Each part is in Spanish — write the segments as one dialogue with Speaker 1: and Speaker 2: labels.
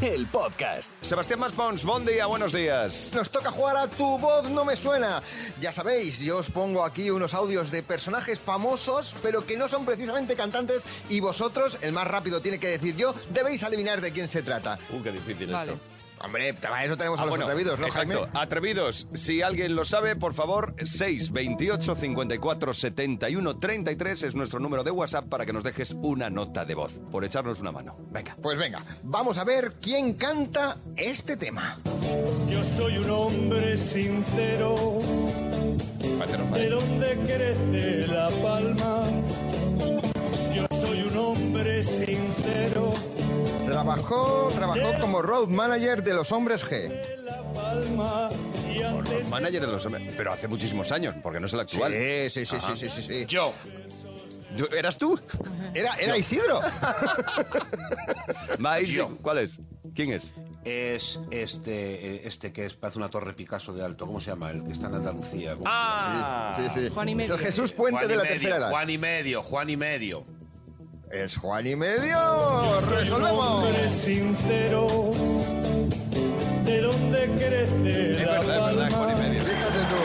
Speaker 1: el podcast.
Speaker 2: Sebastián Maspons, buen día, buenos días.
Speaker 3: Nos toca jugar a Tu voz no me suena. Ya sabéis, yo os pongo aquí unos audios de personajes famosos, pero que no son precisamente cantantes y vosotros, el más rápido tiene que decir yo, debéis adivinar de quién se trata.
Speaker 2: Uh, qué difícil
Speaker 4: Vale.
Speaker 2: esto.
Speaker 3: Hombre, para eso tenemos a
Speaker 2: Ah,
Speaker 3: los
Speaker 2: bueno,
Speaker 3: atrevidos, ¿no,
Speaker 2: exacto.
Speaker 3: Jaime?
Speaker 2: Atrevidos, si alguien lo sabe, por favor, 628 54 71 33 es nuestro número de WhatsApp para que nos dejes una nota de voz, por echarnos una mano. Venga.
Speaker 3: Pues venga, vamos a ver quién canta este tema.
Speaker 5: Yo soy un hombre sincero, de donde crece la palma. Yo soy un hombre sincero,
Speaker 3: Trabajó, trabajó como road manager de los hombres G.
Speaker 5: de la palma. Y antes de
Speaker 2: Manager de los hombres, pero hace muchísimos años, porque no es el actual.
Speaker 3: Sí, sí, sí, sí, sí, sí, sí. Yo.
Speaker 2: ¿Tú- ¿Eras tú?
Speaker 3: Era, era Isidro.
Speaker 2: Maíz,
Speaker 6: Yo.
Speaker 2: ¿Cuál es? ¿Quién es?
Speaker 6: Es este, eh, este que es, parece una torre Picasso de alto. ¿Cómo se llama? El que está en Andalucía. ¿Cómo se llama?
Speaker 3: Sí, sí.
Speaker 4: Juan y
Speaker 3: es
Speaker 4: medio.
Speaker 3: el Jesús Puente
Speaker 6: Juan y
Speaker 3: de la
Speaker 6: medio,
Speaker 3: tercera edad.
Speaker 6: Juan y medio, Juan y medio.
Speaker 3: Es Juan y medio.
Speaker 5: soy un
Speaker 3: Resolvemos.
Speaker 5: hombre sincero, de donde crece
Speaker 2: Es
Speaker 5: la
Speaker 2: verdad, es
Speaker 5: palma.
Speaker 2: verdad, Juan y medio.
Speaker 3: Fíjate tú.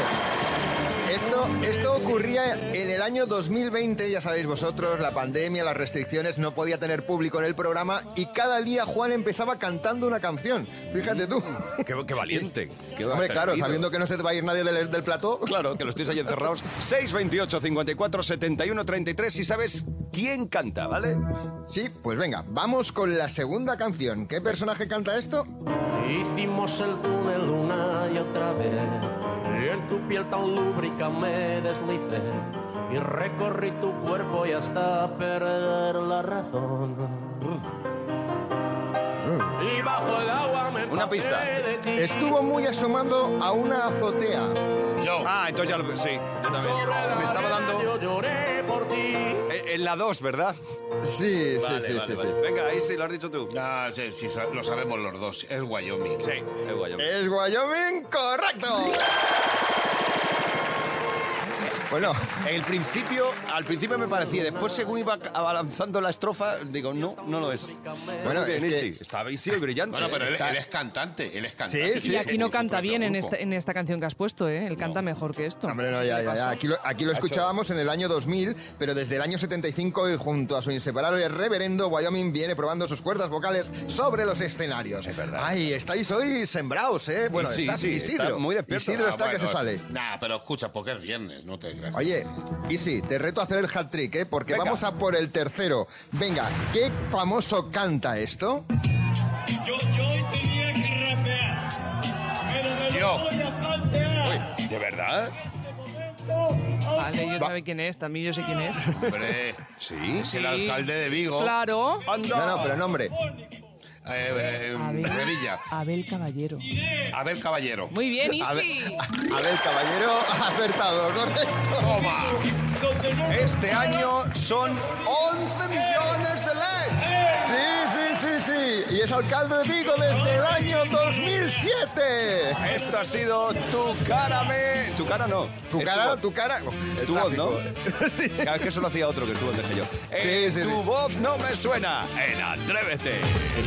Speaker 3: Esto, esto ocurría en el año 2020, ya sabéis vosotros, la pandemia, las restricciones, no podía tener público en el programa y cada día Juan empezaba cantando una canción. Fíjate tú.
Speaker 2: Qué, qué valiente. Qué
Speaker 3: Hombre, claro,
Speaker 2: atrevido.
Speaker 3: sabiendo que no se te va a ir nadie del, del plató.
Speaker 2: Claro, que los tienes ahí encerrados. 628 54 71 33 y sabes quién canta, ¿vale?
Speaker 3: Sí, pues venga, vamos con la segunda canción. ¿Qué personaje canta esto?
Speaker 7: Hicimos el túnel una y otra vez, en tu piel tan lúbrica me deslicé y recorrí tu cuerpo y hasta perder la razón.
Speaker 2: Mm.
Speaker 7: Y bajo el agua me
Speaker 2: Una
Speaker 7: empapé
Speaker 2: pista.
Speaker 7: de ti.
Speaker 3: Estuvo muy asomado a una azotea.
Speaker 6: Yo.
Speaker 2: Ah, entonces ya lo... Sí, yo también.
Speaker 7: Sobre la
Speaker 2: Me estaba
Speaker 7: arena
Speaker 2: dando... eh,
Speaker 7: Yo lloré por ti.
Speaker 2: En en la 2, ¿verdad?
Speaker 3: Sí, sí,
Speaker 2: Vale,
Speaker 3: sí,
Speaker 2: vale,
Speaker 3: sí,
Speaker 2: vale.
Speaker 3: sí.
Speaker 2: Venga, ahí sí, lo has dicho tú.
Speaker 6: Ah, sí, sí, sa- lo sabemos los dos. Es Wyoming.
Speaker 2: Sí, es Wyoming.
Speaker 3: Es Wyoming, correcto. Bueno,
Speaker 2: El principio, al principio me parecía, después según iba abalanzando la estrofa, digo, no, no lo es.
Speaker 3: Bueno,
Speaker 2: Muy bien,
Speaker 3: es que-
Speaker 2: Isi. Estaba Isi el brillante.
Speaker 6: Bueno, pero él,
Speaker 3: Está-
Speaker 6: él es cantante, él es cantante.
Speaker 3: Sí,
Speaker 4: Y aquí
Speaker 6: Tiene
Speaker 4: no
Speaker 6: su
Speaker 4: canta
Speaker 6: propio
Speaker 4: bien en
Speaker 6: grupo.
Speaker 4: esta, en esta canción que has puesto, ¿eh? Él canta mejor que esto.
Speaker 3: Hombre, no, ya, ya, ya. Aquí lo, aquí lo escuchábamos en el año 2000, pero desde el año 75 y junto a su inseparable reverendo, Wyoming viene probando sus cuerdas vocales sobre los escenarios.
Speaker 2: Es verdad.
Speaker 3: Ay, estáis hoy sembrados, ¿eh? Bueno,
Speaker 2: Sí,
Speaker 3: estás
Speaker 2: sí,
Speaker 3: Isidro.
Speaker 2: está muy despierto.
Speaker 3: Isidro
Speaker 6: Ah,
Speaker 3: está que
Speaker 6: bueno,
Speaker 3: se sale.
Speaker 6: Nah, pero escucha, porque es viernes, no te creas.
Speaker 3: Oye, Isi, te reto a hacer el hat trick, ¿eh? Porque
Speaker 2: Venga.
Speaker 3: vamos a por el tercero. Venga, ¿qué famoso canta esto?
Speaker 5: Yo, yo tenía que rapear, pero me lo
Speaker 6: Yo.
Speaker 5: voy a este plantear.
Speaker 2: ¿De verdad?
Speaker 4: Vale, yo sabe quién es, también yo sé quién es.
Speaker 6: Hombre,
Speaker 2: Sí.
Speaker 6: es el
Speaker 4: Sí.
Speaker 6: alcalde de Vigo.
Speaker 4: Claro.
Speaker 3: No, no, pero nombre.
Speaker 6: Eh, eh, Revilla.
Speaker 4: Abel Caballero.
Speaker 6: A ver, caballero.
Speaker 4: Muy bien,
Speaker 3: A ver,
Speaker 4: Isi.
Speaker 3: a ver, caballero, acertado, correcto.
Speaker 6: Toma.
Speaker 2: Este año son 11 millones de likes.
Speaker 3: Sí, sí, sí, sí. Y es alcalde de Vigo desde el año 2007.
Speaker 2: Esto ha sido tu cara me... Tu cara no.
Speaker 3: Tu
Speaker 2: Es
Speaker 3: cara,
Speaker 2: voz.
Speaker 3: tu cara. El
Speaker 2: Tu voz, ¿no?
Speaker 3: tráfico.
Speaker 2: Claro, Ah, es que eso lo hacía otro que estuvo antes que yo. Eh,
Speaker 3: sí,
Speaker 2: tu
Speaker 3: sí.
Speaker 2: voz no me suena. En Atrévete.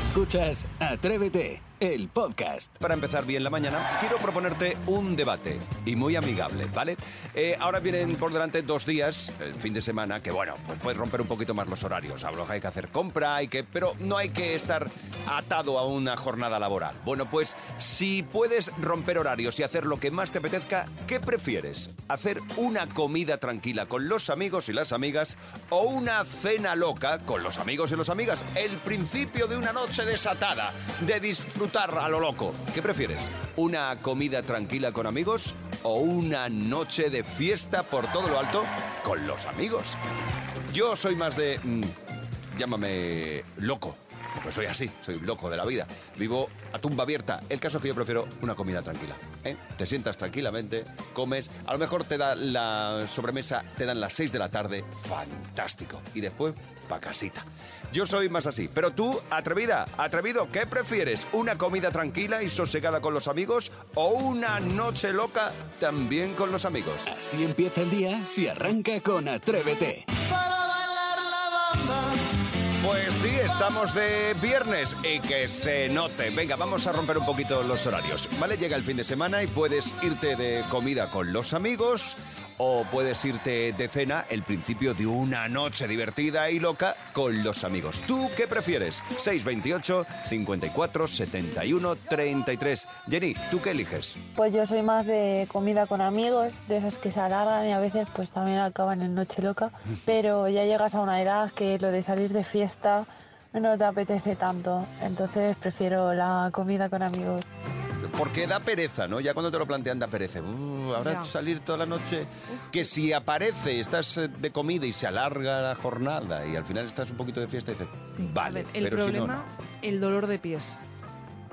Speaker 1: Escuchas Atrévete, el podcast.
Speaker 2: Para empezar bien la mañana, quiero proponerte un debate y muy amigable, ¿vale? Eh, ahora vienen por delante dos días, el fin de semana, que bueno, pues puedes romper un poquito más los horarios. Hablo que hay que hacer compra, hay que, pero no hay que estar atado a una jornada laboral. Bueno, pues si puedes romper horarios y hacer lo que más te apetezca, ¿qué prefieres? ¿Hacer una comida tranquila con los amigos y las amigas o una cena loca con los amigos y las amigas? El principio de una noche desatada, de disfrutar a lo loco. ¿Qué prefieres? ¿Una comida tranquila con amigos o una noche de fiesta por todo lo alto con los amigos? Yo soy más de... mm, llámame loco. Pues soy así, soy loco de la vida. Vivo a tumba abierta. El caso es que yo prefiero una comida tranquila. ¿eh? Te sientas tranquilamente, comes. A lo mejor te da la sobremesa, te dan las 6 de la tarde. Fantástico. Y después, pa' casita. Yo soy más así. Pero tú, atrevida, atrevido, ¿qué prefieres? ¿Una comida tranquila y sosegada con los amigos o una noche loca también con los amigos?
Speaker 1: Así empieza el día si arranca con Atrévete.
Speaker 2: Pues sí, estamos de viernes y que se note. Venga, vamos a romper un poquito los horarios. ¿Vale? Llega el fin de semana y puedes irte de comida con los amigos o puedes irte de cena el principio de una noche divertida y loca con los amigos. ¿Tú qué prefieres? 628 54 71 33. Jenny, ¿tú qué eliges?
Speaker 8: Pues yo soy más de comida con amigos, de esas que se alargan y a veces pues también acaban en noche loca, pero ya llegas a una edad que lo de salir de fiesta no te apetece tanto, entonces prefiero la comida con amigos.
Speaker 2: Porque da pereza, ¿no? Ya cuando te lo plantean da pereza. Uh, Habrá
Speaker 4: Ya.
Speaker 2: que salir toda la noche. Que si aparece, estás eh, de comida y se alarga la jornada y al final estás un poquito de fiesta y dices, vale,
Speaker 4: A ver, el
Speaker 2: pero
Speaker 4: problema, el dolor de pies.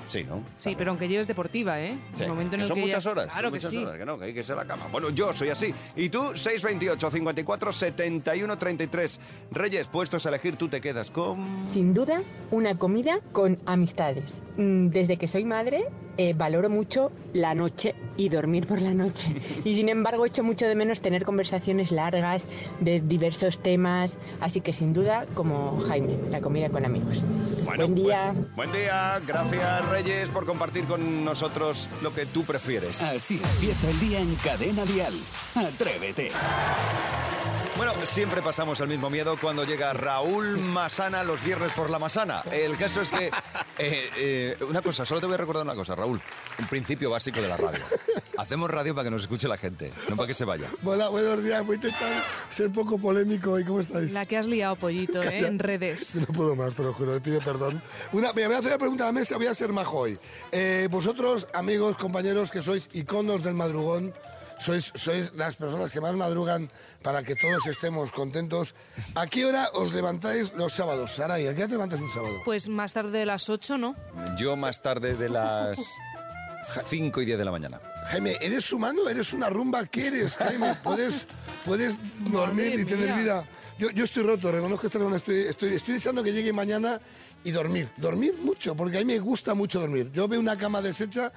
Speaker 2: si no, no. Sí, ¿no?
Speaker 4: Sí,
Speaker 2: Claro.
Speaker 4: pero aunque lleves deportiva, ¿eh?
Speaker 2: Sí,
Speaker 4: El momento en
Speaker 2: que
Speaker 4: el
Speaker 2: son
Speaker 4: que ya-
Speaker 2: muchas horas.
Speaker 4: Claro
Speaker 2: son
Speaker 4: que
Speaker 2: muchas
Speaker 4: sí.
Speaker 2: horas, que no, que hay que irse a la cama. Bueno, yo soy así. Y tú, 628 54 71 33. Reyes, puestos a elegir, tú te quedas con.
Speaker 9: Sin duda, una comida con amistades. Mm, Desde que soy madre, eh, valoro mucho la noche y dormir por la noche. Y sin embargo, echo mucho de menos tener conversaciones largas de diversos temas. Así que sin duda, como Jaime, la comida con amigos. Buen día.
Speaker 2: pues, buen día. Gracias, Reyes, por compartir con nosotros lo que tú prefieres.
Speaker 1: Así empieza el día en cadena dial. Atrévete.
Speaker 2: Bueno, pues siempre pasamos el mismo miedo cuando llega Raúl Masana los viernes por la Masana. El caso es que... eh, eh, una cosa, solo te voy a recordar una cosa, Raúl. Un principio básico de la radio. Hacemos radio para que nos escuche la gente, no para que se vaya.
Speaker 10: Hola, buenos días. Voy a intentar ser poco polémico. ¿Y cómo estáis?
Speaker 4: La que has liado, pollito, ¿eh? En redes.
Speaker 10: Yo no puedo más, pero juro, le pido perdón. Una, mira, voy a hacer la pregunta a la mesa, voy a ser majo hoy. Eh, vosotros, amigos, compañeros, que sois iconos del madrugón, sois, sois las personas que más madrugan para que todos estemos contentos. ¿A qué hora os levantáis los sábados? Saray, ¿a qué hora te levantas un sábado?
Speaker 4: Pues más tarde de las 8, ¿no?
Speaker 2: Yo más tarde de las 5 y 10 de la mañana.
Speaker 10: Jaime, ¿eres humano? ¿Eres una rumba? ¿Qué eres, Jaime? ¿Puedes, puedes dormir y tener
Speaker 4: mía.
Speaker 10: vida? Yo, yo estoy roto, reconozco esta semana, estoy, estoy, estoy deseando que llegue mañana y dormir. Dormir mucho, porque a mí me gusta mucho dormir. Yo veo una cama deshecha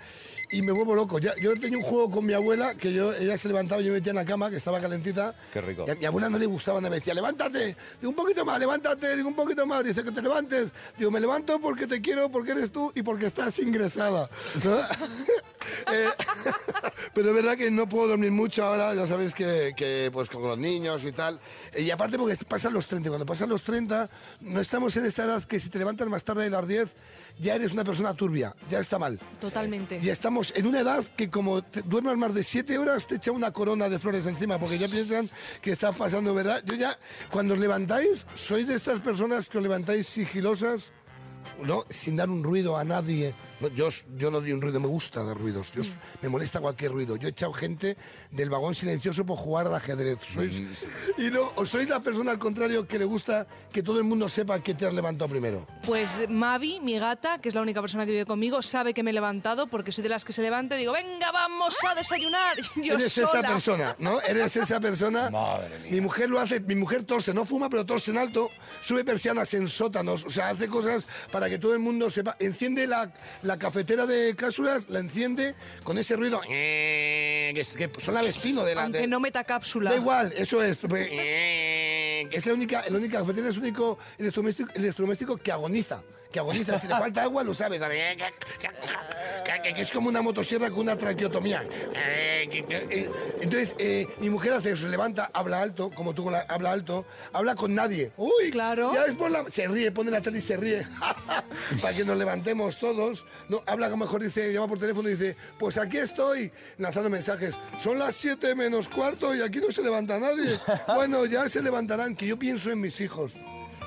Speaker 10: y me vuelvo loco. Ya- yo tenía un juego con mi abuela, que yo, ella se levantaba y yo me metía en la cama, que estaba calentita.
Speaker 2: Qué rico.
Speaker 10: Y a mi abuela no le gustaba nada, me decía, levántate, digo, un poquito más, levántate, digo, un poquito más, dice que te levantes. Digo, me levanto porque te quiero, porque eres tú y porque estás ingresada. ¿No? Eh, pero es verdad que no puedo dormir mucho ahora, ya sabéis que, que, pues con los niños y tal. Eh, Y aparte porque pasan los 30, cuando pasan los 30 no estamos en esta edad que si te levantas más tarde de las 10 ya eres una persona turbia, ya está mal.
Speaker 4: Totalmente.
Speaker 10: Y estamos en una edad que como te- duermas más de siete horas te echa una corona de flores encima porque ya piensan que está pasando, ¿verdad? Yo ya, cuando os levantáis, sois de estas personas que os levantáis sigilosas, ¿no? Sin dar un ruido a nadie. No, yo, s- yo no doy un ruido, me gusta dar ruidos. Yo, s- Me molesta cualquier ruido. Yo he echado gente del vagón silencioso por jugar al ajedrez. Sois, y no, o sois la persona al contrario que le gusta que todo el mundo sepa que te has levantado primero.
Speaker 4: Pues Mavi, mi gata, que es la única persona que vive conmigo, sabe que me he levantado porque soy de las que se levanta y digo, venga, vamos a desayunar. Yo
Speaker 10: Eres
Speaker 4: sola.
Speaker 10: esa persona, ¿no? Eres esa persona.
Speaker 2: Madre mía.
Speaker 10: Mi mujer lo hace, mi mujer torce, no fuma, pero torce en alto, sube persianas en sótanos, o sea, hace cosas para que todo el mundo sepa. Enciende la, la cafetera de cápsulas, la enciende con ese ruido eh, que, es- que suena el espino de la.
Speaker 4: Aunque
Speaker 10: de-
Speaker 4: no meta cápsula.
Speaker 10: Da igual, eso es. pues, eh, Es la única, la única cafetera, es el único electrodoméstico, electrodoméstico que agoniza. Que agoniza, si le falta agua lo sabes. Es como una motosierra con una traqueotomía. Entonces, eh, mi mujer hace eso, se levanta, habla alto, como tú con la- habla alto, habla con nadie. ¡Uy!
Speaker 4: Claro.
Speaker 10: Ya es por la- se ríe, pone la tele y se ríe. Para que nos levantemos todos. No, habla como mejor dice, llama por teléfono y dice, pues aquí estoy, lanzando mensajes. Son las 7 menos cuarto y aquí no se levanta nadie. bueno, ya se levantarán, que yo pienso en mis hijos.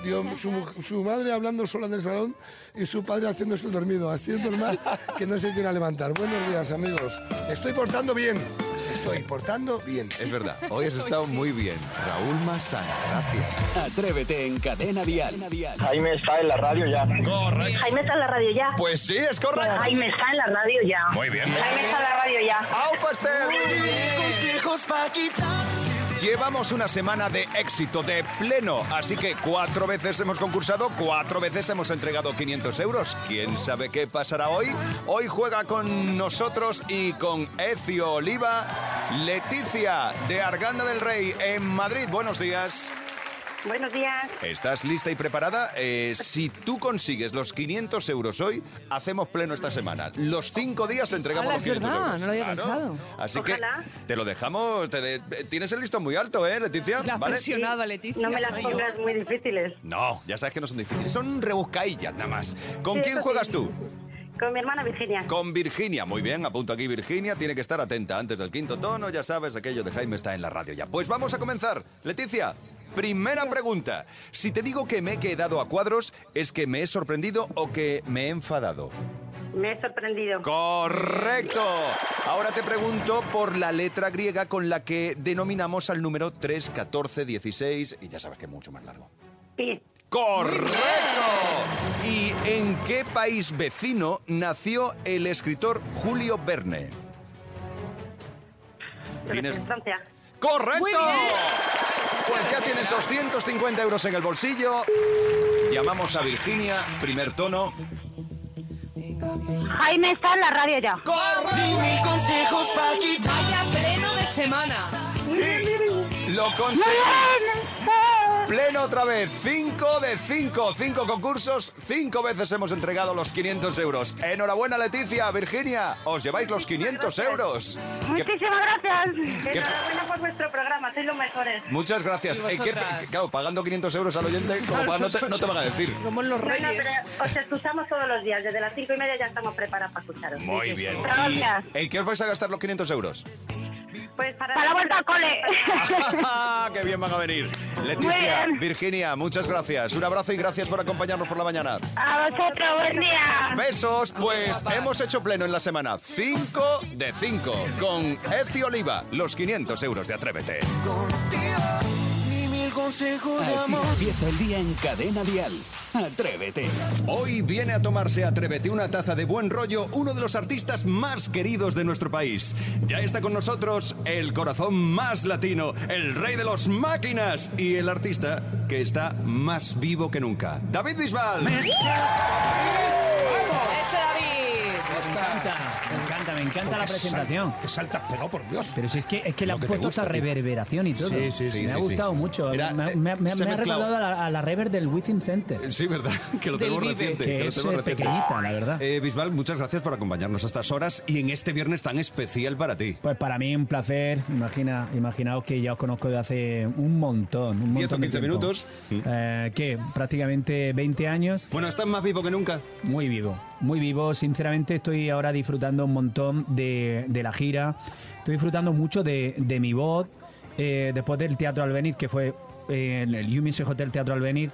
Speaker 10: Digo, su, mu- su madre hablando sola en el salón y su padre haciéndose el dormido. Así es normal que no se quiera levantar. Buenos días, amigos. Estoy portando bien. estoy portando bien.
Speaker 2: Es verdad, hoy has estado muy bien. Raúl Massana, gracias. Atrévete en Cadena Vial.
Speaker 11: Jaime está en la radio ya.
Speaker 2: Correcto.
Speaker 12: Jaime está en la radio ya.
Speaker 2: Pues sí, es correcto.
Speaker 12: Jaime está en la radio ya.
Speaker 2: Muy bien.
Speaker 12: Jaime está en la radio ya.
Speaker 2: ¡Au, pastel!
Speaker 12: Consejos para quitar.
Speaker 2: Llevamos una semana de éxito, de pleno, así que cuatro veces hemos concursado, cuatro veces hemos entregado 500 euros. ¿Quién sabe qué pasará hoy? Hoy juega con nosotros y con Ecio Oliva, Leticia de Arganda del Rey en Madrid. Buenos días.
Speaker 12: Buenos días.
Speaker 2: ¿Estás lista y preparada? Eh, si tú consigues los 500 euros hoy, hacemos pleno esta semana. Los cinco días entregamos
Speaker 4: Ala,
Speaker 2: los
Speaker 4: es
Speaker 2: 500
Speaker 4: verdad,
Speaker 2: euros.
Speaker 4: no lo había pensado.
Speaker 2: Así
Speaker 4: Ojalá.
Speaker 2: que te lo dejamos. te de- tienes el listón muy alto, ¿eh, Leticia?
Speaker 4: La has
Speaker 2: ¿Vale?
Speaker 4: presionado, Leticia.
Speaker 12: No me las pongas muy difíciles.
Speaker 2: No, ya sabes que no son difíciles. Son rebuscaillas nada más. ¿Con
Speaker 12: Sí,
Speaker 2: quién
Speaker 12: eso
Speaker 2: juegas
Speaker 12: sí.
Speaker 2: tú?
Speaker 12: Con mi hermana Virginia.
Speaker 2: Con Virginia, muy bien, apunto aquí Virginia, tiene que estar atenta antes del quinto tono, ya sabes, aquello de Jaime está en la radio ya. Pues vamos a comenzar. Leticia, primera pregunta. Si te digo que me he quedado a cuadros, ¿es que me he sorprendido o que me he enfadado?
Speaker 12: Me he sorprendido.
Speaker 2: Correcto. Ahora te pregunto por la letra griega con la que denominamos al número 3, 14, 16 y ya sabes que es mucho más largo.
Speaker 12: Pi.
Speaker 2: Correcto. ¿Y en qué país vecino nació el escritor Julio Verne? Tienes-
Speaker 12: Francia.
Speaker 2: ¡Correcto! Pues ya tienes 250 euros en el bolsillo. Llamamos a Virginia, primer tono.
Speaker 12: Jaime está en la radio ya.
Speaker 4: Dime consejos para Vaya pleno de semana.
Speaker 2: Lo conseguí. Pleno otra vez, 5 de 5, 5 concursos, 5 veces hemos entregado los 500 euros. Enhorabuena Leticia, Virginia, os lleváis los 500 euros. Que-
Speaker 12: Muchísimas gracias. Enhorabuena por vuestro programa, sois los mejores.
Speaker 2: Muchas gracias.
Speaker 12: Y
Speaker 2: Eh, ¿qué-
Speaker 12: vosotras.
Speaker 2: qué- claro, pagando 500 euros al oyente, como para- no, te, no te van a decir.
Speaker 4: Somos los
Speaker 12: No, no,
Speaker 4: reyes.
Speaker 12: pero os escuchamos todos los días. Desde las cinco y media ya estamos preparados para escucharos.
Speaker 2: Muy bien.
Speaker 12: Gracias.
Speaker 2: ¿Y ¿En qué os vais a gastar los 500 euros?
Speaker 12: Pues para, la vuelta al cole.
Speaker 2: ¡Qué bien van a venir! Leticia, Virginia, muchas gracias. Un abrazo y gracias por acompañarnos por la mañana.
Speaker 12: A vosotros, Ah, buen día.
Speaker 2: Besos, pues hemos hecho pleno en la semana 5 de 5 con Ezio Oliva, los 500 euros de Atrévete.
Speaker 1: Así empieza el día en Cadena Dial. Atrévete.
Speaker 2: Hoy viene a tomarse Atrévete una taza de buen rollo uno de los artistas más queridos de nuestro país. Ya está con nosotros el corazón más latino, el rey de los máquinas y el artista que está más vivo que nunca. David Bisbal.
Speaker 4: ¡Ese David!
Speaker 13: Me encanta, me encanta, me encanta la
Speaker 6: Porque sal-
Speaker 13: presentación.
Speaker 6: Que saltas pegado, por Dios.
Speaker 13: Pero si es que, es que le
Speaker 6: Lo
Speaker 13: han
Speaker 6: que te
Speaker 13: puesto
Speaker 6: gusta,
Speaker 13: hasta
Speaker 6: tío.
Speaker 13: reverberación y todo.
Speaker 6: Sí, sí, sí,
Speaker 13: Me ha
Speaker 6: sí,
Speaker 13: gustado
Speaker 6: sí.
Speaker 13: mucho.
Speaker 6: Era,
Speaker 13: me
Speaker 6: eh,
Speaker 13: me- me-
Speaker 6: se
Speaker 13: me ha
Speaker 6: mezclaba.
Speaker 13: recordado a la, a la reverb del Within Center.
Speaker 2: Eh, Sí, verdad, que lo
Speaker 13: Del
Speaker 2: tengo
Speaker 13: Vive.
Speaker 2: reciente.
Speaker 13: Que
Speaker 2: lo
Speaker 13: es,
Speaker 2: tengo
Speaker 13: eh,
Speaker 2: reciente.
Speaker 13: pequeñita, la verdad.
Speaker 2: Eh, Bisbal, muchas gracias por acompañarnos a estas horas y en este viernes tan especial para ti.
Speaker 13: Pues para mí un placer. Imagina, imaginaos que ya os conozco de hace un montón. Un
Speaker 2: 10 o
Speaker 13: montón de
Speaker 2: 15
Speaker 13: tiempo.
Speaker 2: minutos.
Speaker 13: Eh, ¿Qué? Prácticamente 20 años.
Speaker 2: Bueno, estás más vivo que nunca.
Speaker 13: Muy vivo, muy vivo. Sinceramente estoy ahora disfrutando un montón de, de la gira. Estoy disfrutando mucho de, de mi voz. Eh, después del Teatro Albeniz, que fue eh, en el You Music Hotel Teatro eh, Albeniz,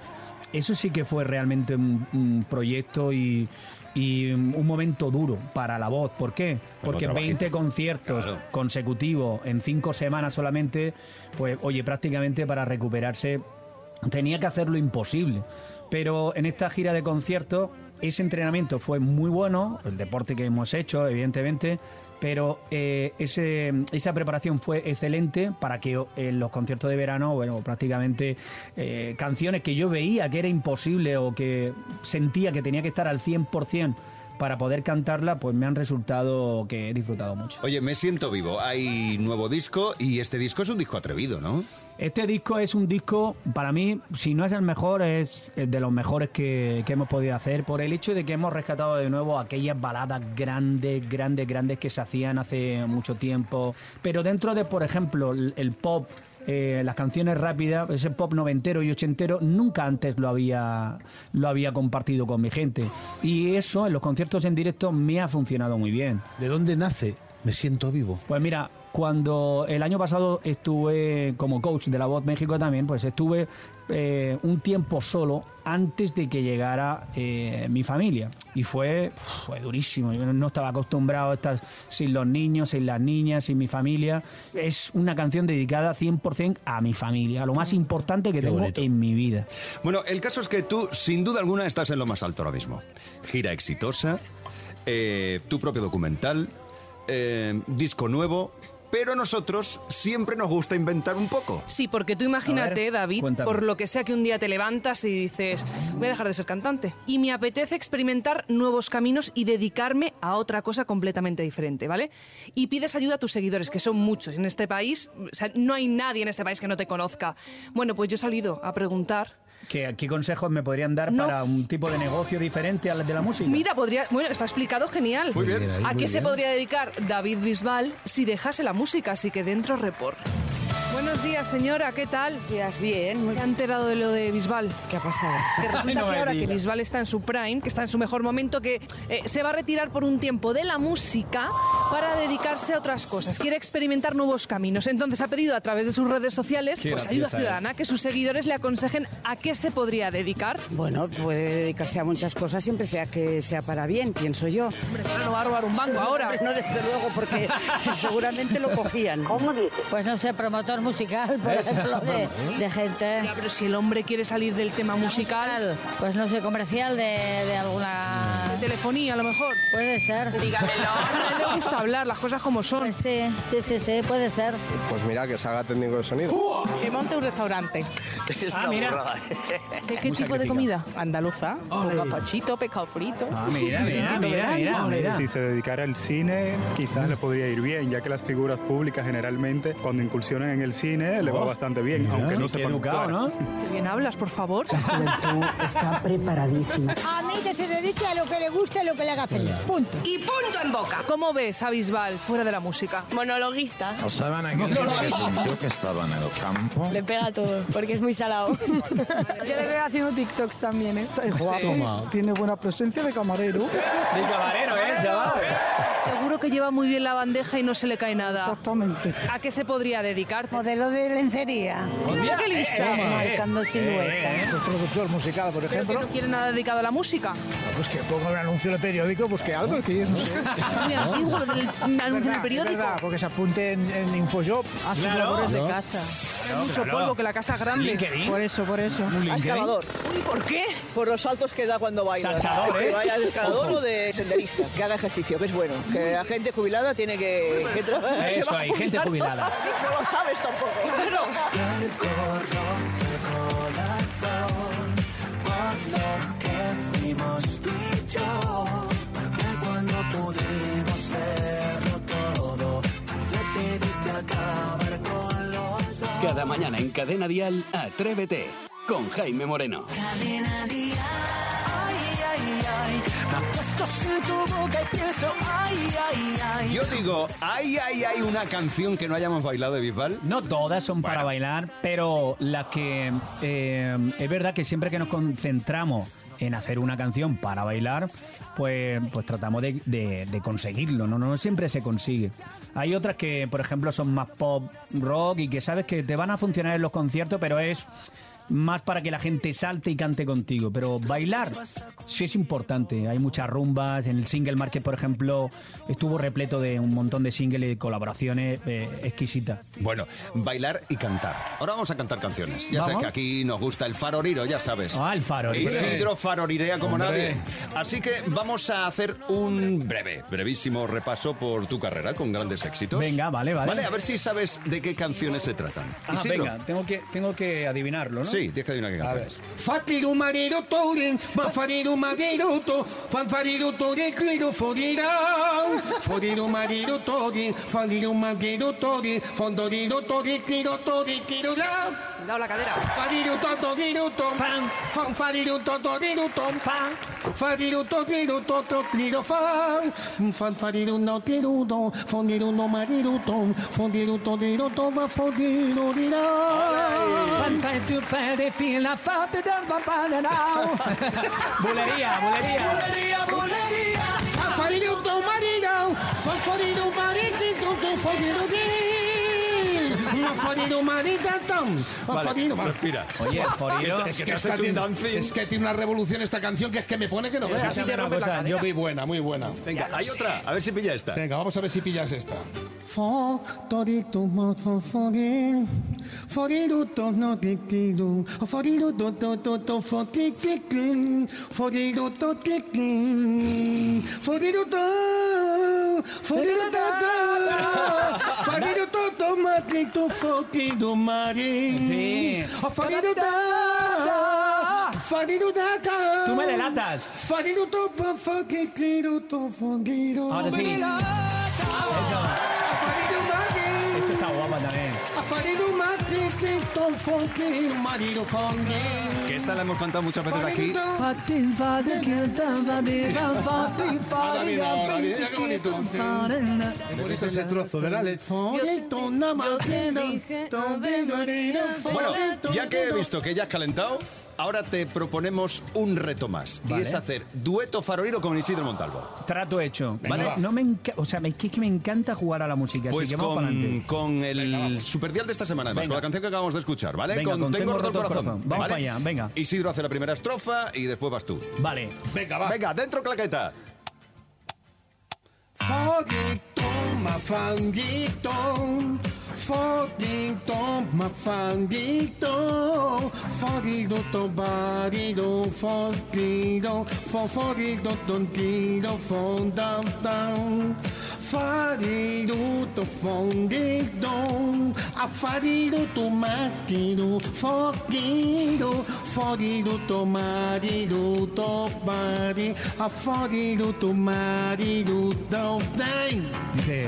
Speaker 13: eso sí que fue realmente un, un proyecto y, y un momento duro para la voz. ¿Por qué? Porque
Speaker 14: trabajito.
Speaker 13: 20 conciertos consecutivos en 5 semanas solamente, pues oye, prácticamente para recuperarse tenía que hacer lo imposible. Pero en esta gira de conciertos, ese entrenamiento fue muy bueno, el deporte que hemos hecho, evidentemente, pero eh, ese, esa preparación fue excelente para que o- en los conciertos de verano, bueno, prácticamente eh, canciones que yo veía que era imposible o que sentía que tenía que estar al 100% para poder cantarla, pues me han resultado que he disfrutado mucho.
Speaker 2: Oye, me siento vivo. Hay nuevo disco y este disco es un disco atrevido, ¿no?
Speaker 13: Este disco es un disco, para mí, si no es el mejor, es el de los mejores que, que hemos podido hacer, por el hecho de que hemos rescatado de nuevo aquellas baladas grandes, grandes, grandes que se hacían hace mucho tiempo. Pero dentro de, por ejemplo, el, el pop, eh, las canciones rápidas, ese pop noventero y ochentero, nunca antes lo había, lo había compartido con mi gente. Y eso en los conciertos en directo me ha funcionado muy bien.
Speaker 6: ¿De dónde nace? Me siento vivo.
Speaker 13: Pues mira, cuando el año pasado estuve como coach de la Voz México también, pues estuve eh, un tiempo solo antes de que llegara eh, mi familia. Y fue, uf, fue durísimo. Yo no estaba acostumbrado a estar sin los niños, sin las niñas, sin mi familia. Es una canción dedicada 100% a mi familia, a lo más importante que tengo en mi vida.
Speaker 2: Bueno, el caso es que tú, sin duda alguna, estás en lo más alto ahora mismo. Gira exitosa, eh, tu propio documental, eh, disco nuevo. Pero a nosotros siempre nos gusta inventar un poco.
Speaker 4: Sí, porque tú imagínate,
Speaker 2: A ver,
Speaker 4: David,
Speaker 2: cuéntame.
Speaker 4: por lo que sea que un día te levantas y dices, voy a dejar de ser cantante. Y me apetece experimentar nuevos caminos y dedicarme a otra cosa completamente diferente, ¿vale? Y pides ayuda a tus seguidores, que son muchos en este país. O sea, no hay nadie en este país que no te conozca. Bueno, pues yo he salido a preguntar.
Speaker 13: ¿Qué, qué consejos me podrían dar para un tipo de negocio diferente al de la música?
Speaker 4: Mira, podría. Bueno, está explicado genial.
Speaker 13: Muy bien. Muy bien ahí,
Speaker 4: ¿A
Speaker 13: muy
Speaker 4: qué se
Speaker 13: bien.
Speaker 4: podría dedicar David Bisbal si dejase la música? Así que dentro report. Buenos días, señora, ¿qué tal? bien. ¿Se ha enterado de lo de Bisbal? ¿Qué ha pasado?
Speaker 14: Ay,
Speaker 4: Que resulta
Speaker 14: no
Speaker 4: que
Speaker 14: me
Speaker 4: ahora que
Speaker 14: digas.
Speaker 4: Bisbal está en su prime, que está en su mejor momento, que eh, se va a retirar por un tiempo de la música para dedicarse a otras cosas. Quiere experimentar nuevos caminos. Entonces ha pedido a través de sus redes sociales
Speaker 14: Qué
Speaker 4: pues, ayuda
Speaker 14: graciosa ¿eh?
Speaker 4: ciudadana, que sus seguidores le aconsejen a qué se podría dedicar.
Speaker 14: Bueno, puede dedicarse a muchas cosas siempre sea
Speaker 15: Eh,
Speaker 14: que sea para bien, pienso yo.
Speaker 4: Ahora no va a robar un banco ahora.
Speaker 14: No, desde luego, porque seguramente lo cogían. ¿Cómo dices?
Speaker 16: Pues no sé, promotor musical, por
Speaker 4: Esa,
Speaker 16: ejemplo, de,
Speaker 4: vamos,
Speaker 16: de gente.
Speaker 4: pero si el hombre quiere salir del tema musical.
Speaker 16: Pues no sé, comercial de, de alguna.
Speaker 4: De telefonía, a lo mejor.
Speaker 16: Puede ser. Pues
Speaker 4: Dígamelo. A él le gusta hablar, las cosas como son.
Speaker 16: sí, sí, sí, sí, puede ser.
Speaker 17: Pues mira, que se haga técnico de sonido.
Speaker 4: Que monte un restaurante.
Speaker 17: una Ah, mira. burrada.
Speaker 4: ¿De qué
Speaker 17: Muy
Speaker 4: tipo de
Speaker 17: sacrificado.
Speaker 4: comida? Andaluza. Con gazpachito, pescado frito. Vinito
Speaker 15: ¿eh?
Speaker 4: verano.
Speaker 17: Si se dedicara al cine, quizás le podría ir bien, ya que las figuras públicas generalmente, cuando incursionan en el cine, le va
Speaker 13: Oh,
Speaker 17: bastante bien, aunque no
Speaker 13: qué
Speaker 17: sepan
Speaker 13: educado,
Speaker 17: actuar.
Speaker 13: ¿no?
Speaker 4: Qué bien hablas, por favor.
Speaker 14: Está preparadísima.
Speaker 18: A mí que se dedique a lo que le guste, a lo que le haga feliz. Punto.
Speaker 4: Y punto en boca. ¿Cómo ves a Bisbal fuera de la música? Monologuista.
Speaker 19: ¿Saben aquel
Speaker 4: No, no,
Speaker 19: que
Speaker 4: no.
Speaker 19: sintió que estaba en el campo?
Speaker 20: Le pega todo, porque es muy salado. Yo le veo haciendo TikToks también, ¿eh?
Speaker 15: Tiene buena presencia de camarero.
Speaker 13: De camarero, ¿eh, chaval?
Speaker 4: Seguro que lleva muy bien la bandeja y no se le cae nada. Exactamente. ¿A qué se podría dedicar? Modelo de lencería. Mira
Speaker 15: eh,
Speaker 4: qué lista.
Speaker 13: Eh,
Speaker 15: Marcando
Speaker 4: silueta.
Speaker 15: Pues, El productor musical, por
Speaker 4: Pero que
Speaker 15: ejemplo.
Speaker 4: no quiere nada dedicado a la música.
Speaker 15: Pues que ponga un anuncio en el periódico, pues que algo, que ellos no sé.
Speaker 4: Muy antiguo lo del anuncio en el
Speaker 15: Es verdad, es
Speaker 4: periódico.
Speaker 15: verdad, porque se apunte en, en Ah, Infoshop.
Speaker 4: A sus labores de casa. Hay mucho polvo que la casa es grande.
Speaker 15: LinkedIn.
Speaker 4: Por eso, por eso.
Speaker 15: LinkedIn.
Speaker 21: Excavador.
Speaker 4: Uy, ¿por qué?
Speaker 21: Por los saltos que da cuando baila.
Speaker 4: Saltador, ¿eh?
Speaker 21: Que vaya de escalador
Speaker 4: Ojo.
Speaker 21: o de senderista. Que haga ejercicio, que es bueno. Que la gente jubilada tiene que, que trabajar.
Speaker 13: Eso
Speaker 21: Se va a
Speaker 13: hay, gente
Speaker 21: jubilar
Speaker 13: jubilada.
Speaker 21: toda- No lo sabes tampoco.
Speaker 5: cuando pudimos serlo todo, tú decidiste acabar con los dos.
Speaker 1: Cada mañana en Cadena Dial, Atrévete con Jaime Moreno.
Speaker 5: Cadena Dial. Ay, ay, ay. Me acuesto sin tu boca y pienso, ay, ay, ay.
Speaker 2: Yo digo, ay, ay, ay, una canción que no hayamos bailado de Bisbal.
Speaker 13: No todas son para bailar, pero las que eh, es verdad que siempre que nos concentramos en hacer una canción para bailar, pues, pues tratamos de, de- de conseguirlo, ¿no? No siempre se consigue. Hay otras que, por ejemplo, son más pop rock y que sabes que te van a funcionar en los conciertos, pero es más para que la gente salte y cante contigo. Pero bailar sí es importante. Hay muchas rumbas. En el single market, por ejemplo, estuvo repleto de un montón de singles y de colaboraciones eh, exquisitas.
Speaker 2: Bueno, bailar y cantar. Ahora vamos a cantar canciones. Ya sabes
Speaker 13: Vamos.
Speaker 2: que aquí nos gusta el faroriro, ya sabes.
Speaker 13: Ah, el faroriro.
Speaker 2: Isidro farorirea como nadie.
Speaker 13: Hombre.
Speaker 2: Así que vamos a hacer un breve, brevísimo repaso por tu carrera con grandes éxitos.
Speaker 13: Venga, vale, vale.
Speaker 2: Vale, a ver si sabes de qué canciones se tratan.
Speaker 13: Ah,
Speaker 2: Isidro.
Speaker 13: venga, tengo que, tengo que adivinarlo, ¿no?
Speaker 2: Sí, tienes que adivinar qué canciones.
Speaker 22: Fatiro marero toren, mafarero marero to, fanfarero tore clero forera, forero marero toren, fanero marero tore, fondorero tore clero tore clero la.
Speaker 4: Cuidado la cadera.
Speaker 22: Farero totorero to, fan farero totorero to, fan. Farero totorero to to clero fan, fan farero no clero do, fondero no marero to, fondero torero to va fondero la.
Speaker 13: bulería, bulería.
Speaker 22: Fafarino do marido, fafarino marido, do fafarino de Foriru Maritatam. Foriru Mar-
Speaker 2: respira.
Speaker 13: Oye, Foriru-
Speaker 22: Es que, esta tiene, es que tiene una revolución esta canción que es que me pone que no
Speaker 13: Pero
Speaker 22: veas.
Speaker 13: escúchame una cosa, yo-
Speaker 22: Muy buena, muy buena.
Speaker 2: Venga, hay otra. A ver si pilla esta.
Speaker 22: Venga, vamos a ver si pillas esta.
Speaker 5: For torito mo for forin foriru to no titiru foriru to to to to for titiru foriru to titiru foriru to foriru to to foriru to to matrito foriru mari foriru to foriru to
Speaker 13: Tú me delatas.
Speaker 5: foriru to foriru to foriru
Speaker 13: Ahora sí. Esta está guapa también.
Speaker 2: Que esta la hemos cantado muchas veces aquí.
Speaker 22: Ahora viene, ahora viene. Mira qué bonito.
Speaker 5: Qué
Speaker 22: bonito ese trozo, ¿verdad?
Speaker 2: Bueno, ya que he visto que ya has calentado, ahora te proponemos un reto más. Y
Speaker 13: Vale.
Speaker 2: es hacer dueto farolero con Isidro Montalvo.
Speaker 13: Trato hecho.
Speaker 2: Vale.
Speaker 13: No, no me enca- o sea, me- que, que me encanta jugar a la música.
Speaker 2: Pues
Speaker 13: así que vamos para
Speaker 2: con,
Speaker 13: adelante.
Speaker 2: con el superdial de esta semana, además,
Speaker 13: Venga.
Speaker 2: con la canción que acabamos de escuchar, ¿vale?
Speaker 13: Venga,
Speaker 2: con, Tengo roto el corazón.
Speaker 13: Vamos
Speaker 2: ¿vale?
Speaker 13: para allá, venga.
Speaker 2: Isidro hace la primera estrofa y después vas tú.
Speaker 13: Vale.
Speaker 22: Venga, va.
Speaker 2: Venga, dentro claqueta.
Speaker 22: Fodito, mafandito. Fodito, mafandito. Fodito, tombarido, fodito. Fodito, tontito, fondam, tam. Fariruto, fondito. Afariruto, matido. Fodito, fodiruto, mariruto, mari. Afariruto, mariruto, dang.
Speaker 13: Dice.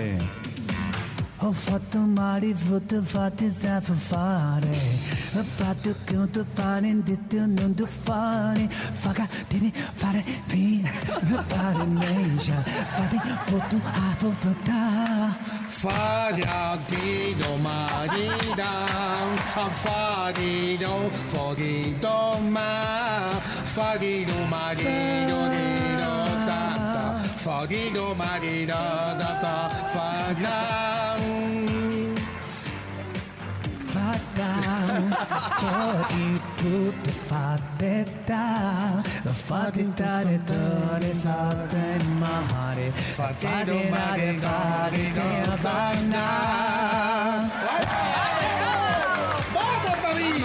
Speaker 5: Ho fatto un mare, voto fatto da fare. Ho fatto che tu fare, detto non tu fare. Faga, devi fare, vi, non fare meglio. Fate, voto, a votare.
Speaker 22: Farido marida, farido, forido ma, farido marido, rido da da, farido marido da da, farlan. ¡Vamos, David!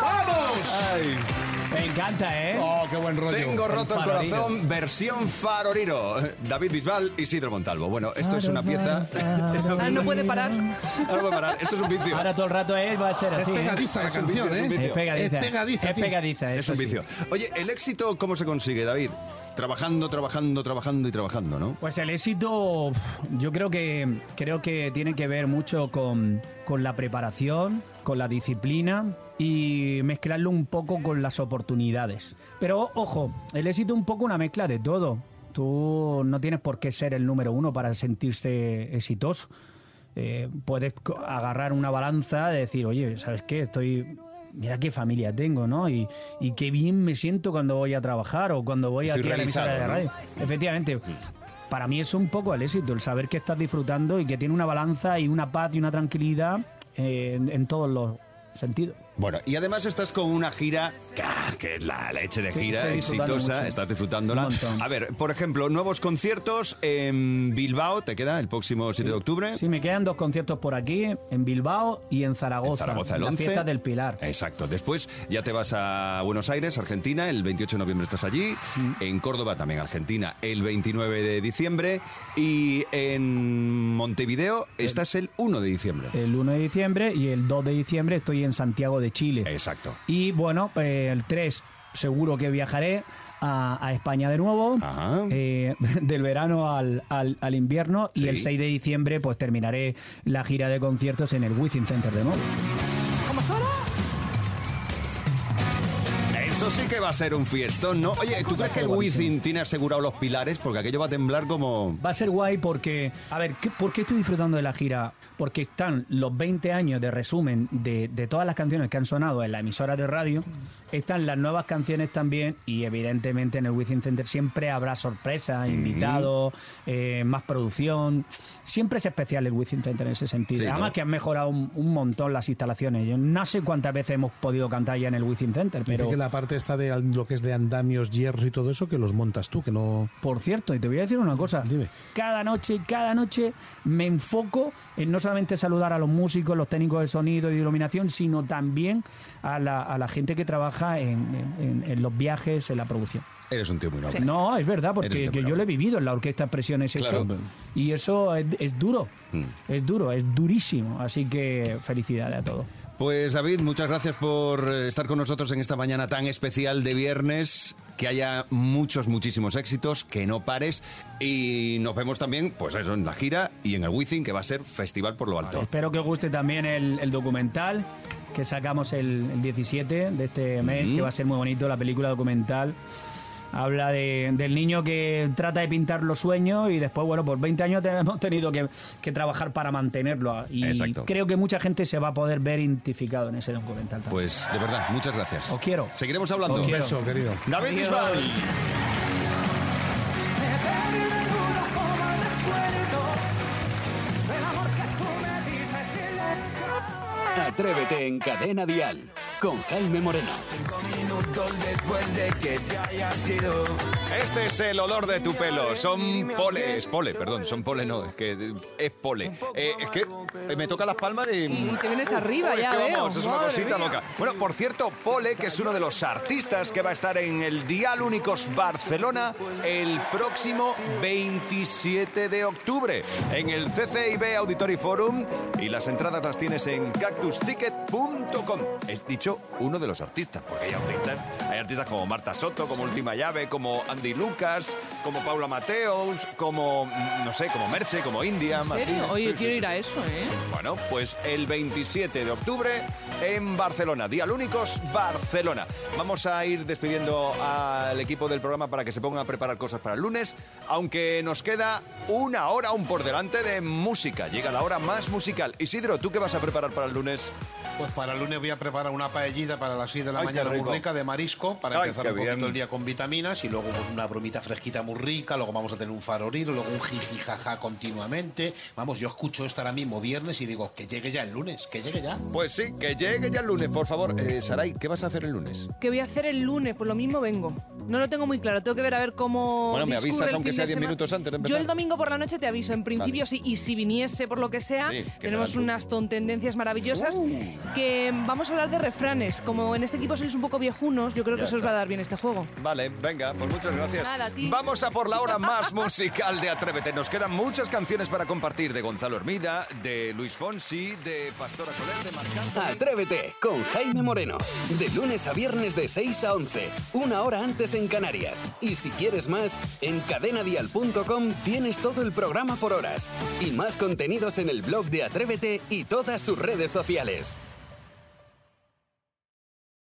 Speaker 22: ¡Vamos!
Speaker 13: Me encanta, ¿eh?
Speaker 22: ¡Oh, qué buen rollo!
Speaker 2: Tengo roto el
Speaker 13: farolero.
Speaker 2: corazón, versión faroriro. David Bisbal, Isidro Montalvo. Bueno, esto es una pieza.
Speaker 4: Ah, no puede parar.
Speaker 2: Ahora voy a parar, esto es un vicio.
Speaker 13: Ahora todo el rato él va a ser
Speaker 2: Es
Speaker 13: así. ¿eh?
Speaker 2: pegadiza la canción, ¿eh?
Speaker 13: Es pegadiza.
Speaker 2: Es pegadiza,
Speaker 13: Es
Speaker 2: tío.
Speaker 13: pegadiza,
Speaker 2: Es
Speaker 13: eso
Speaker 2: un
Speaker 13: sí.
Speaker 2: vicio. Oye, ¿el éxito cómo se consigue, David? Trabajando, trabajando, trabajando y trabajando, ¿no?
Speaker 13: Pues el éxito, yo creo que creo que tiene que ver mucho con, con la preparación, con la disciplina y mezclarlo un poco con las oportunidades. Pero ojo, el éxito un poco una mezcla de todo. Tú no tienes por qué ser el número uno para sentirse exitoso. Eh, puedes co- agarrar una balanza de decir, oye, ¿sabes qué? Estoy. Mira qué familia tengo, ¿no? Y, y qué bien me siento cuando voy a trabajar o cuando voy
Speaker 2: Estoy
Speaker 13: aquí a la emisora de
Speaker 2: realizado,
Speaker 13: radio.
Speaker 2: ¿no?
Speaker 13: Efectivamente. Para mí es un poco el éxito, el saber que estás disfrutando y que tiene una balanza y una paz y una tranquilidad eh, en, en todos los sentidos.
Speaker 2: Bueno, y además estás con una gira ¡ca! que es la leche de
Speaker 13: Sí,
Speaker 2: gira,
Speaker 13: estoy disfrutando
Speaker 2: exitosa,
Speaker 13: mucho.
Speaker 2: estás disfrutándola.
Speaker 13: Un montón.
Speaker 2: A ver, por ejemplo, nuevos conciertos en Bilbao, ¿te queda el próximo 7 de octubre?
Speaker 13: Sí, me quedan dos conciertos por aquí, en Bilbao y en Zaragoza.
Speaker 2: En Zaragoza el
Speaker 13: la
Speaker 2: 11.
Speaker 13: fiesta del Pilar.
Speaker 2: Exacto. Después ya te vas a Buenos Aires, Argentina, el 28 de noviembre estás allí.
Speaker 13: Mm.
Speaker 2: En Córdoba también, Argentina, el 29 de diciembre. Y en Montevideo estás el 1 de diciembre.
Speaker 13: El 1 de diciembre y el 2 de diciembre estoy en Santiago de Chile.
Speaker 2: Exacto.
Speaker 13: Y bueno, eh, el 3 seguro que viajaré a, a España de nuevo, eh, del verano al, al- al invierno, y
Speaker 2: Sí.
Speaker 13: el 6 de diciembre pues terminaré la gira de conciertos en el Within Center de nuevo.
Speaker 2: Eso Esto sí que va a ser un fiestón, ¿no? Oye, ¿tú crees que el Wizzing tiene asegurado los pilares? Porque aquello va a temblar como...
Speaker 13: Va a ser guay porque, a ver, ¿qué- ¿por qué estoy disfrutando de la gira? Porque están los 20 años de resumen de, de todas las canciones que han sonado en la emisora de radio, están las nuevas canciones también y evidentemente en el Within Center siempre habrá sorpresas, invitados, eh, más producción. Siempre es especial el Within Center en ese sentido.
Speaker 2: Sí, ¿no?
Speaker 13: Además que han mejorado un, un montón las instalaciones. Yo no sé cuántas veces hemos podido cantar ya en el Within Center,
Speaker 3: Dice
Speaker 13: pero...
Speaker 3: que la parte está de lo que es de andamios, hierros y todo eso, que los montas tú, que no...
Speaker 13: Por cierto, y te voy a decir una cosa. Cada noche, cada noche me enfoco en no solamente saludar a los músicos, los técnicos de sonido y de iluminación, sino también a la, a la gente que trabaja en, en- en los viajes, en la producción.
Speaker 2: Eres un tío muy noble.
Speaker 13: No, es verdad,
Speaker 2: Eres
Speaker 13: porque
Speaker 2: un tío
Speaker 13: que yo lo he vivido en la orquesta Expresiones eso.
Speaker 2: Claro. Mm.
Speaker 13: Y eso es, es duro, es duro, es durísimo. Así que felicidades a todos.
Speaker 2: Pues David, muchas gracias por eh, estar con nosotros en esta mañana tan especial de viernes. Que haya muchos, muchísimos éxitos, que no pares. Y nos vemos también, pues eso, en la gira y en el Wizzing, que va a ser Festival por lo Alto.
Speaker 13: Espero que os guste también el, el documental que sacamos el, el 17 de este mes, que va a ser muy bonito, la película documental. Habla de- del niño que trata de pintar los sueños y después, bueno, por 20 años te- hemos tenido que, que trabajar para mantenerlo. Y
Speaker 2: Exacto.
Speaker 13: creo que mucha gente se va a poder ver identificado en ese documental también.
Speaker 2: Pues de verdad, muchas gracias.
Speaker 13: Os quiero.
Speaker 2: Seguiremos hablando.
Speaker 13: Os quiero. Un beso,
Speaker 3: querido.
Speaker 2: David
Speaker 13: Adiós.
Speaker 2: Bisbal.
Speaker 1: Atrévete en Cadena Dial con Jaime Moreno.
Speaker 2: Este es el olor de tu pelo. Son pole. Es pole, perdón. Son pole, no. Es que es pole. Eh, es que eh, me toca las palmas y.
Speaker 4: te vienes arriba
Speaker 2: es
Speaker 4: ya,
Speaker 2: que
Speaker 4: veo.
Speaker 2: vamos, es una
Speaker 4: Madre
Speaker 2: cosita
Speaker 4: mía.
Speaker 2: loca. Bueno, por cierto, Pole, que es uno de los artistas que va a estar en el Dial Únicos Barcelona el próximo 27 de octubre en el CCIB Auditory Forum. Y las entradas las tienes en cactusticket.com. Es dicho, uno de los artistas, porque hay artistas, hay artistas como Marta Soto, como Última Llave, como Andy Lucas, como Paula Mateos, como, mm, no sé, como Merche, como India.
Speaker 4: ¿En serio?
Speaker 2: Martina.
Speaker 4: Oye,
Speaker 2: Sí, sí,
Speaker 4: quiero
Speaker 2: sí,
Speaker 4: ir a
Speaker 2: sí.
Speaker 4: eso, ¿eh?
Speaker 2: Bueno, pues el 27 de octubre en Barcelona, Día Únicos Barcelona. Vamos a ir despidiendo al equipo del programa para que se pongan a preparar cosas para el lunes, aunque nos queda una hora aún por delante de música. Llega la hora más musical. Isidro, ¿tú qué vas a preparar para el lunes?
Speaker 6: Pues para el lunes voy a preparar una paellita para las 6 de la
Speaker 2: Ay, qué
Speaker 6: mañana
Speaker 2: rico.
Speaker 6: burrica de marisco para
Speaker 2: Ay,
Speaker 6: empezar
Speaker 2: qué
Speaker 6: un poquito
Speaker 2: bien.
Speaker 6: el día con vitaminas y luego pues, una bromita fresquita muy rica, luego vamos a tener un faroriro, luego un jijijaja continuamente. Vamos, yo escucho esto ahora mismo viernes y digo, que llegue ya el lunes, que llegue ya.
Speaker 2: Pues sí, que llegue ya el lunes, por favor. Eh, Saray, ¿qué vas a hacer el lunes?
Speaker 4: ¿Qué voy a hacer el lunes? Por lo mismo vengo. No lo tengo muy claro. Tengo que ver a ver cómo.
Speaker 2: Bueno, me
Speaker 4: discurre
Speaker 2: avisas
Speaker 4: el
Speaker 2: aunque
Speaker 4: fin
Speaker 2: sea
Speaker 4: de
Speaker 2: 10
Speaker 4: semana.
Speaker 2: minutos antes de
Speaker 4: Yo
Speaker 2: empezar.
Speaker 4: el domingo por la noche te aviso. En principio, sí. Y si viniese por lo que sea,
Speaker 2: Sí, que
Speaker 4: tenemos
Speaker 2: te Uh. dan
Speaker 4: unas tontendencias maravillosas. Que vamos a hablar de refranes. Como en este equipo sois un poco viejunos, yo creo
Speaker 2: Ya
Speaker 4: que eso os
Speaker 2: está.
Speaker 4: va a dar bien este juego.
Speaker 2: Vale, venga, pues muchas gracias.
Speaker 4: Nada, a ti.
Speaker 2: Vamos a por la hora más musical de Atrévete. Nos quedan muchas canciones para compartir de Gonzalo Hermida, de Luis Fonsi, de Pastora Soler, de Mascante.
Speaker 1: Atrévete con Jaime Moreno. De lunes a viernes de 6 a 11. Una hora antes en Canarias. Y si quieres más, en cadenadial.com tienes todo el programa por horas. Y más contenidos en el blog de Atrévete y todas sus redes sociales.